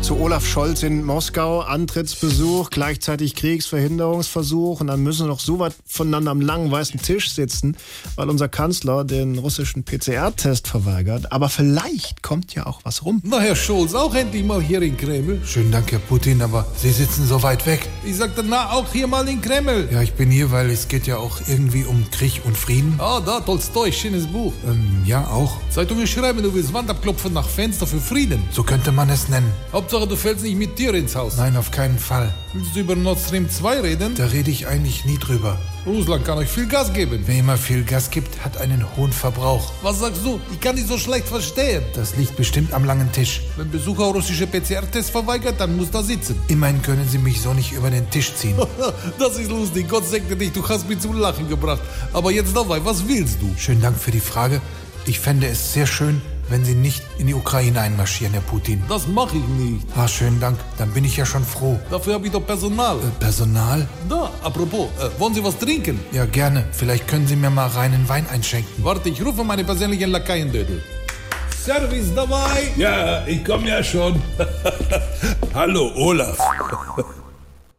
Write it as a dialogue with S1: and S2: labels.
S1: zu Olaf Scholz in Moskau, Antrittsbesuch, gleichzeitig Kriegsverhinderungsversuch und dann müssen wir noch so weit voneinander am langen weißen Tisch sitzen, weil unser Kanzler den russischen PCR-Test verweigert. Aber vielleicht kommt ja auch was rum.
S2: Na, Herr Scholz, auch endlich mal hier in Kreml.
S3: Schönen Dank, Herr Putin, aber Sie sitzen so weit weg.
S2: Ich sagte, na, auch hier mal in Kreml.
S3: Ja, ich bin hier, weil es geht ja auch irgendwie um Krieg und Frieden.
S2: Ah, da, Tolstoi, schönes Buch.
S3: Ähm, ja, auch.
S2: Zeitungen schreiben, du willst Wand abklopfen nach Fenster für Frieden.
S3: So könnte man es nennen.
S2: Hauptsache, du fällst nicht mit dir ins Haus.
S3: Nein, auf keinen Fall.
S2: Willst du über Nord Stream 2 reden?
S3: Da rede ich eigentlich nie drüber.
S2: Russland kann euch viel Gas geben.
S3: Wer immer viel Gas gibt, hat einen hohen Verbrauch.
S2: Was sagst du? Ich kann dich so schlecht verstehen.
S3: Das liegt bestimmt am langen Tisch.
S2: Wenn Besucher russische PCR-Tests verweigert, dann muss da sitzen.
S3: Immerhin können Sie mich so nicht über den Tisch ziehen.
S2: Das ist lustig. Gott segne dich, du hast mich zum Lachen gebracht. Aber jetzt dabei, was willst du?
S3: Schönen Dank für die Frage. Ich fände es sehr schön, wenn Sie nicht in die Ukraine einmarschieren, Herr Putin.
S2: Das mache ich nicht.
S3: Ah, schönen Dank. Dann bin ich ja schon froh.
S2: Dafür habe ich doch Personal.
S3: Äh, Personal?
S2: Da, apropos, äh, wollen Sie was trinken?
S3: Ja, gerne. Vielleicht können Sie mir mal reinen Wein einschenken.
S2: Warte, ich rufe meine persönlichen Lakaiendödel. Service dabei!
S4: Ja, ich komme ja schon. Hallo, Olaf.